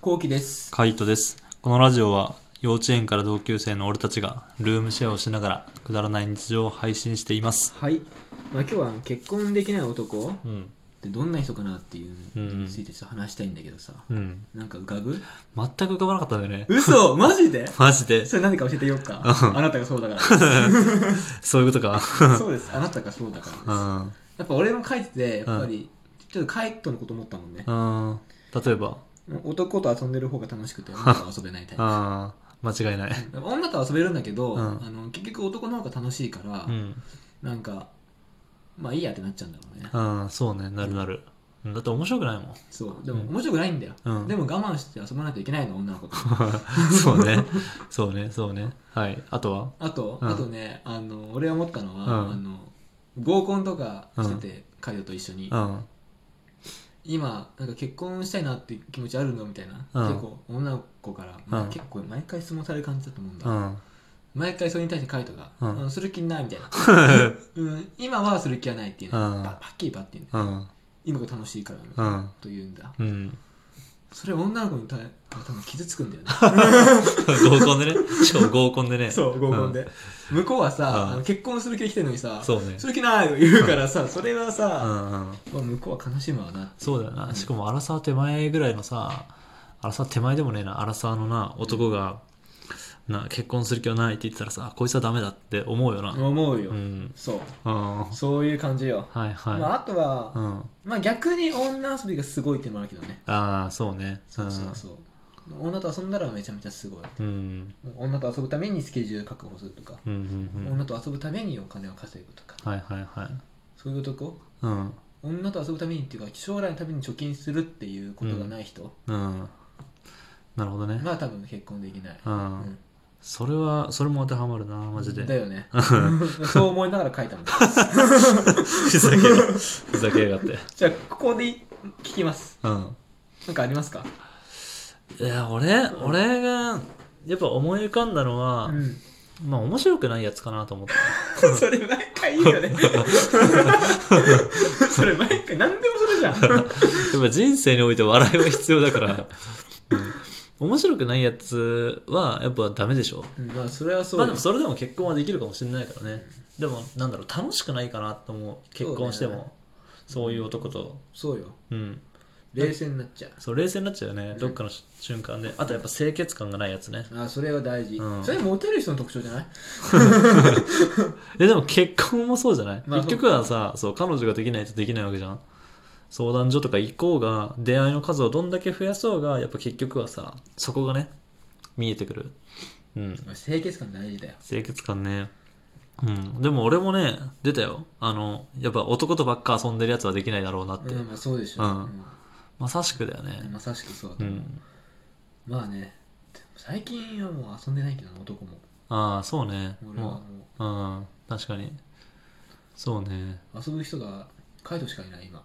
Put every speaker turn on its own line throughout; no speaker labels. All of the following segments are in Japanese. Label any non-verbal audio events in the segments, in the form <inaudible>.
こうきです。
カイトです。このラジオは幼稚園から同級生の俺たちがルームシェアをしながらくだらない日常を配信しています。
はい。まあ、今日は結婚できない男っ
うん。
てどんな人かなっていう
う
の
ん
についてちょっと話したいんだけどさ。
うん。
なんか浮かぶ
全く浮かばなかったんだよね。
嘘マジで
<laughs> マジで。
それ何か教えてよっか。あなたがそうだか
そういうことか。
ら。そうです。あなたがそうだからです。
<laughs> うん。
やっぱ俺も書いてて、やっぱり、ちょっとカイトのこと思ったもんね。
うん。例えば。
男と遊んでる方が楽しくて、女とは遊べないタイプ。
ああ、間違いない。
女とは遊べるんだけど、
うん
あの結局男の方が楽しいから、
うん。
なんか、まあいいやってなっちゃうんだろうね。
うん、そうね。なるなる。うんだって面白くないもん。
そう。でも
うん
面白くないんだよ。
うん
でも我慢して遊ばないといけないの、女の子と。
<laughs> そうね。そうね。そうね。はい。あとは
あと、
うん
あとね、あの、俺思ったのは、
うん
あの、合コンとかしてて、カイドと一緒に、
うん。
今、なんか結婚したいなって気持ちあるのみたいな、
うん
結構女の子から、まあ
うん
結構毎回質問される感じだと思うんだ
う
よ、
ん。
毎回それに対してカイトが、
うん
あのする気ないみ
<laughs>
たいな、うん、今はする気はないっていうね、
うん
ばはっきりばって言うんだよ
うん。
今が楽しいから、ね
うん。
と言うんだ
うん。 <laughs>
それ女の子にた多分傷つくんだよね
合コンでね。しかも合コンでね。
そう、合コンで。向こうは
うん
さ、あの結婚する気で来てるのにさ、
そうね
す。る気ないよ言うからさ、それは
う
さ、
んうん。
まあ向こうは悲しむわな。
そうだよな、
うん
しかも荒沢手前ぐらいのさ荒沢手前でもねえな荒沢のな男が、な結婚する気はないって言ってたらさこいつはダメだって思うよなうん
思うよ
う。ん、
そう。
は
そういう感じよ。
いはい、
まあ、あとは、
うん、
まあ逆に女遊びがすごいっていうのもあるけどね。
ああそうね
そうそうそう。女と遊んだらめちゃめちゃすごい。
うんうん
女と遊ぶためにスケジュール確保するとか、
うんうんうん
女と遊ぶためにお金を稼ぐとか、
はいはいはい
そういう男
うん
女と遊ぶためにっていうか、将来のために貯金するっていうことがない人
うんなるほどね、
が多分結婚できない。
うん
うん
それはそれも当てはまるなマジで
だよねそう思いながら書いたんだ
<laughs> ふざけ <laughs> やがふざけやがって
じゃあここで聞きます
うん
なんかありますか
いや俺俺がやっぱ思い浮かんだのは、
ん
まあ面白くないやつかなと思って
<laughs>
<laughs>
それ毎回言うよねそれ毎回何でもそれ
<laughs>
じゃん
やっぱ人生において笑いは必要だ
<laughs>
から、うん面白くないやつはやっぱダメでしょ
うんまあそれはそう
まあ
よ
でもそれでも結婚はできるかもしれないからねでもなんだろう楽しくないかなと思う結婚して
そうだ
もそう,、いう男と
そうよ
うん
冷静になっちゃう
そう冷静になっちゃうよね、
ん
どっかの瞬間であとやっぱ清潔感がないやつね
ああそれは大事、
うん
それモテる人の特徴じゃない
<laughs> えでも結婚もそうじゃない、
まあ
結局はさそう彼女ができないとできないわけじゃん相談所とか行こうが出会いの数をどんだけ増やそうがやっぱ結局はさそこがね見えてくるうん
清潔感大事だよ
清潔感ねうんでも俺もね出たよあのやっぱ男とばっか遊んでるやつはできないだろうなって、
うんまあそうでしょ、
うんまさしくだよ
うん
ね
まさしくそうだと
う
思うんまあねでも最近はもう遊んでないけどな男も
ああそうね
俺はも
もううん確かにそうね <laughs>
う遊ぶ人がカイトしかいない今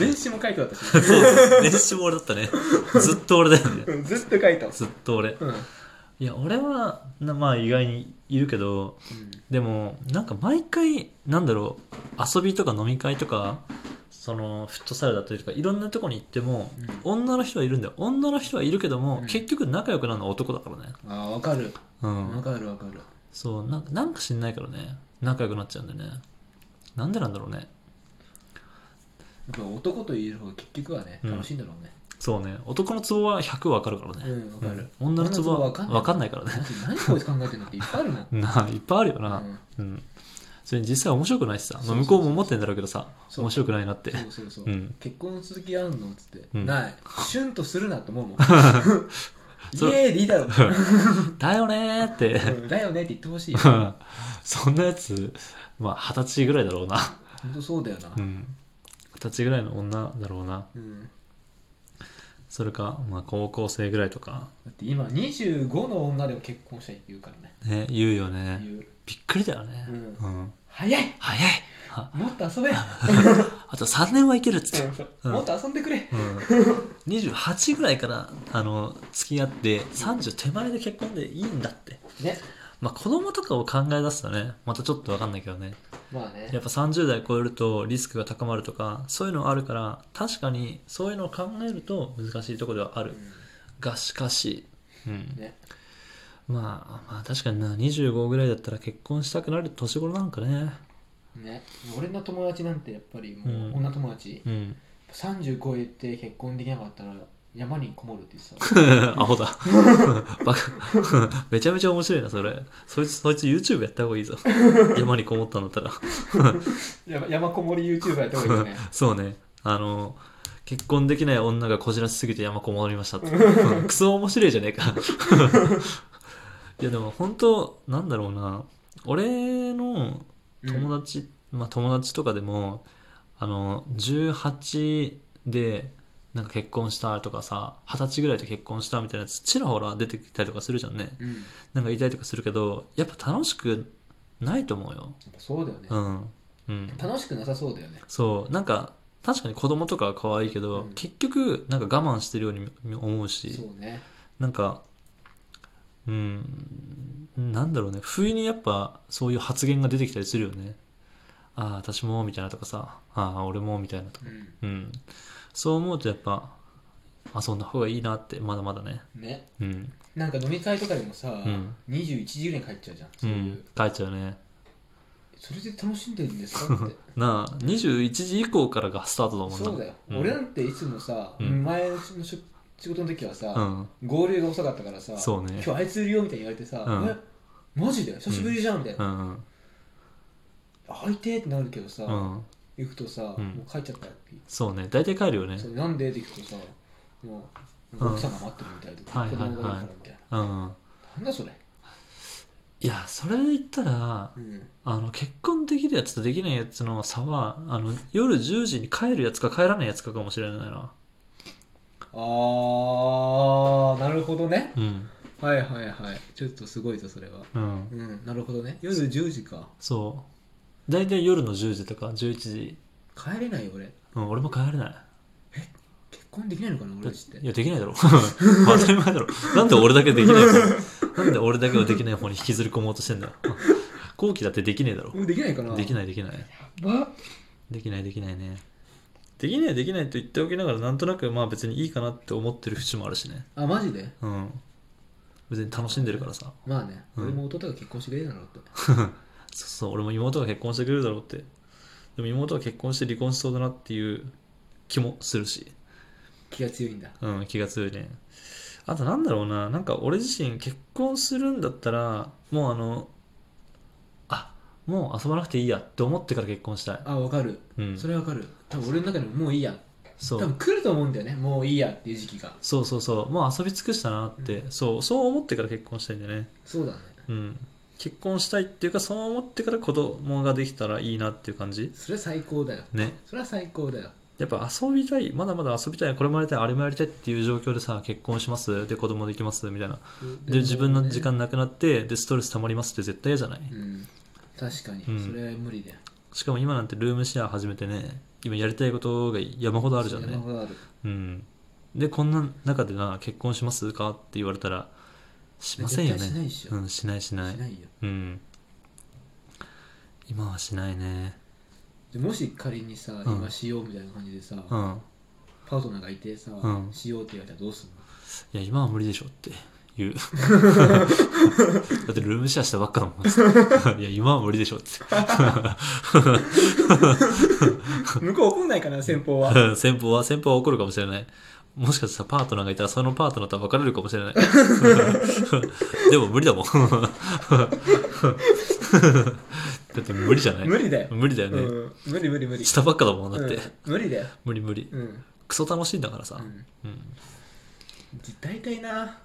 練習もカイトだったし
そう練習も俺だったねずっと俺だよね
ずっと書いた。
ずっと俺
うん。
いや俺はなまあ意外にいるけどでもなんか毎回なんだろう遊びとか飲み会とかそのフットサルだったりとかいろんなとこに行っても、女の人はいるんだよ女の人はいるけども、
うん
結局仲良くなるのは男だからね
ああ、わかる。
う
わ、
ん、
かるわかる。
そうなんかなんか知んないからね仲良くなっちゃうんだよねなんでなんだろうね
やっぱ男といる方が結局はね、
うん
楽しいんだろうね。
そうね男のツボは100分かるから
う
ね、
ん、わかる。
うん女のツボは
女のツボは分かんない
分かんないからね <laughs>
マジ何こいつ考えてんのっていっぱいあるもん。
なあいっ <laughs> ぱいあるよな、
うん
うん、それに実際面白くないしさ、
そう
ま
そう
あ、向こうも思ってんだろうけどさ
そう
面白くないなって
そうそうそう。
うん
結婚する気あるのっつって、
うん
ない。シュンとするなと思うもん。
<laughs> そ
イエーイでいいだろ。
だよねーって <laughs>
うんだよねって言ってほしい。
う
ほ
んそんなやつまあ二十歳ぐらいだろうなん
とそうだよな
う。ん二十歳ぐらいの女だろうな
うん。
それか、まあ、高校生ぐらいとか、
だって今、25の女でも結婚したいって言うからね。
ね、言うよね
言う。
びっくりだよね、
う
うん
早い
早いあ
もっと遊べ
あと3年はいけるっつって、
うん <laughs> もっと遊んでくれ
うん、28ぐらいからあの付き合って30手前で結婚でいいんだって
ね。
まあ子供とかを考え出すとねまたちょっと分かんないけどね
まあね
やっぱ30代超えるとリスクが高まるとかそういうのあるから確かにそういうのを考えると難しいところではあ
う
る
ん
がしかし、うん
ね
まあ、まあ確かにな25ぐらいだったら結婚したくなる年頃なんかね
ね俺の友達なんてやっぱりも
う
うん女友達、
うん <laughs>
30超えて結婚できなかったら山にこもるって言って
<laughs>
た
アホだバカ <laughs> めちゃめちゃ面白いなそれそいつそいつ YouTube やった方がいいぞ山にこもったんだったら
山山こもり YouTuber やった方がいいよね
そうねあの結婚できない女がこじらしすぎて山こもりましたってクソ面白いじゃねえか <laughs> いやでも本当なんだろうな俺の友達、まあ友達とかでもあの18でなんか結婚したとかさ二十歳ぐらいで結婚したみたいなやつちらほら出てきたりとかするじゃんね
うん、うん、や
なんかいたりとかするけどやっぱ楽しくないと思うよ
っぱそうだよね、
うんうん
楽しくなさそうだよね
そうなんか確かに子供とかは可愛いけど、
うん
結局なんか我慢してるように思うし
そうね
なんかうんなんだろうね不意にやっぱそういう発言が出てきたりするよねああ私もみたいなとかさああ俺もみたいなとか
う
うんそう思うとやっぱ遊んだ方がいいなってまだまだね
んね
うん
なんか飲み会とかでもさ、
ん
21時ぐらいに帰っちゃうじゃん
う
そういう、
ん帰っちゃうね
それで楽しんでるんですかって
なあ21時以降からがスタートだもんな
そうだよ、
うん、
俺なんていつもさ、
うん
前の仕仕事の時はさ、
うん
合流が遅かったからさ
そうね
今日あいついるよみたいに言われてさ、
うん
えマジで久しぶりじゃんみたいな、
うんうん
空いてってなるけどさ、
うん
行くとさ、
うん
もう帰っちゃったよって
そうね大体帰るよね
それなんでって聞くとさもう
うん
奥さんが待ってるみたいとか、
はい
子
はいはい
供がいるからみたいな、
うん
なんだそれ、
いやそれで言ったら
うん、
あの結婚できるやつとできないやつの差はあの夜10時に帰るやつか帰らないやつかかもしれないな
ああなるほどね
うん
はいはいはいちょっとすごいぞそれは
うん
うんなるほどね夜10時か
そう大体夜の10時とか11時、
帰れないよ俺
うん、俺も帰れない
結婚できないのかな俺たちって
いやでき <laughs> ないだろ当たり前だろなんで俺だけできないの <laughs> なんで俺だけはできない方に引きずり込もうとしてんだよ <laughs> 後期だってできねえだろ
俺できないかな
でき
い
ないできない
ば
できないできないねできないできないと言っておきながらなんとなくまあ別にいいかなって思ってる節もあるしね
あマジで
うん別に楽しんでるからさ
まあね、
うん
俺も弟が結婚してくれるだろうっ
<laughs>
て
そうそう俺も妹が結婚してくれるだろうってでも妹は結婚して離婚しそうだなっていう気もするし、
気が強いんだ
うん、気が強いねあとなんだろうななんか俺自身結婚するんだったらもうあのあもう遊ばなくていいやって思ってから結婚したい
あわかる、
うん
それわかる多分俺の中でももういいや
そ
多
う
分来ると思うんだよねもういいやっていう時期が
そうそうそうもう遊び尽くしたなって、そうそう思ってから結婚したいんだよね
そうだね
うん結婚したいっていうかそう思ってから子供ができたらいいなっていう感じ
それは最高だよ
ね
それは最高だよ
やっぱ遊びたいまだまだ遊びたいこれもやりたいあれもやりたいっていう状況でさ結婚しますで子供できますみたいなで自分の時間なくなってでストレス溜まりますって絶対嫌じゃない
うん確かに、
うん
それは無理だよ
しかも今なんてルームシェア始めてね今やりたいことが山ほどあるじゃん
それ
ね
もある
うんでこんな中でな結婚しますかって言われたらしませんよ
絶対しない
ね
でしょ
うんしないしない
しないよ
うん今はしないね
でもし仮にさ、
ん
今しようみたいな感じでさ、
うん
パートナーがいてさ、
うん
しようって言われたらどうすんの
<laughs> いや今は無理でしょって
<laughs>
言うだってルームシェアしたばっかだもんいや今は無理でしょって
<laughs> 向こう怒んないかな先方は
先方は先方は怒るかもしれないもしかしたらパートナーがいたらそのパートナーとは別れるかもしれない
<laughs>
でも無理だもんだって無理じゃない
無理だよ、
無理だよ
う
ね、
ん、無理無理無理
したばっかだもんだって、
うん無理だよ、
無理無理
うん
クソ楽しいんだからさ、
うん、
うん
大体な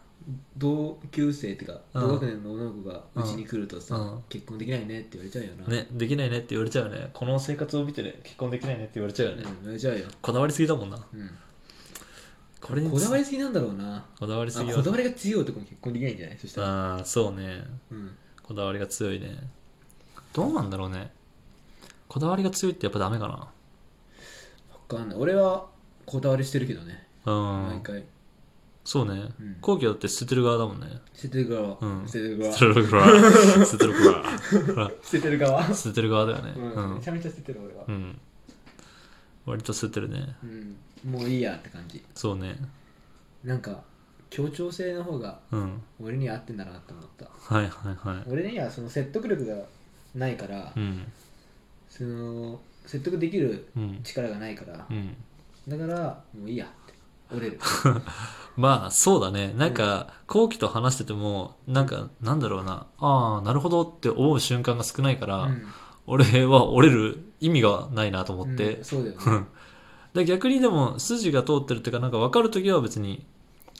同級生っていうか
うん
同学年の女の子がうちに来るとさ、
うん
結婚できないねって言われちゃうよな、
ね、できないねって言われちゃうよねこの生活を見てね結婚できないねって言われちゃうよ
うん
ね、
言われちゃうよ、
こだわりすぎだもんな
うん、
これに
こだわりすぎなんだろうな
こだわりす
あ
ぎは
こだわりが強い男も結婚できないんじゃないそしたら、
ああそうね
うん、
こだわりが強いねどうなんだろうねこだわりが強いってやっぱダメか
わかんない俺はこだわりしてるけどね、
なう
毎
ん
回
そうね
うん
皇居だって捨ててる側だもんね
捨ててる側、
うん
捨ててる側
捨てる側捨てる側
捨ててる側、
捨ててる側だよね
うん
うん
めちゃめちゃ捨ててる俺は
う、ん割と捨ててるね
うんもういいやって感じ
そうね
なんか協調性の方が
うん
俺には合ってんだなって思った
はいはいは
俺にはその説得力がないから、
いうん
その説得できる
うん
力がないから
う、ん
だからもういいやって折れる
まあそうだねなんか後期と話しててもなんかなんだろうなああなるほどって思う瞬間が少ないから、
うん
俺は折れる意味がないなと思って、
うんそうだよね
うん <laughs> で逆にでも筋が通ってるっていうかなんか分かる時は別に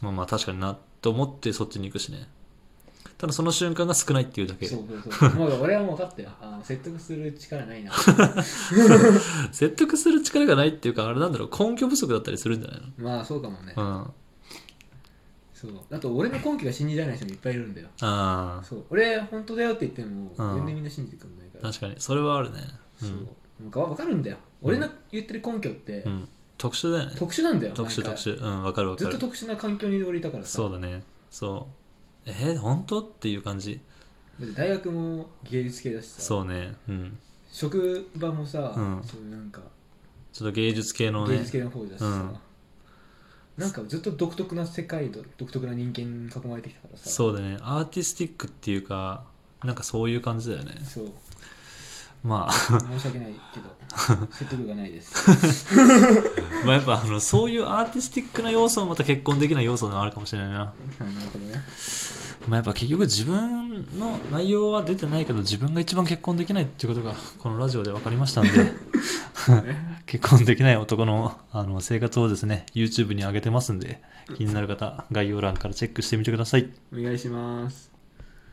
まあまあ確かになと思ってそっちに行くしねただその瞬間が少ないっていうだけ
そうそうそう。もう俺はもう分かったよ。あの説得する力ない
<laughs>
な。
<laughs> 説得する力がないっていうかあれなんだろう根拠不足だったりするんじゃない
まあそうかもね。
のうんあ
そう。あと俺の根拠が信じられない人もいっぱいいるんだよ。
あ
そう。俺本当だよって言っても、
うん
全然みんな信じてくれないから。
確かにそれはあるねう
そ
ん、
う。なんか分かるんだよ。俺の言ってる根拠って
う、ん、特殊だよね
特殊なんだよ。
特殊
毎
特
回
殊うん分かる分
ずっ
か
と
る
特殊な環境に俺いたからさ。
そうだねそうえー、本当っていう感じ
だって大学も芸術系だしさ。
そうねうん
職場もさ、
うん
そういうなんか
ちょっと芸術系の
芸
ね
術系の方だしさ。
うん
なんかずっと独特な世界と独特な人間に囲まれてきたからさ。
そうだねアーティスティックっていうかなんかそういう感じだよね
そう。
ま
申し訳ないけ
<laughs>
ど説得がないです
あ <laughs> まあやっぱあのそういうアーティスティックな要素もまた結婚できない要素でもあるかもしれないな
なるほどね
まあやっぱ結局自分の内容は出てないけど自分が一番結婚できないっていうことがこのラジオで分かりましたんで結婚できない男のあの生活をですね YouTube に上げてますんで気になる方概要欄からチェックしてみてください
お願いします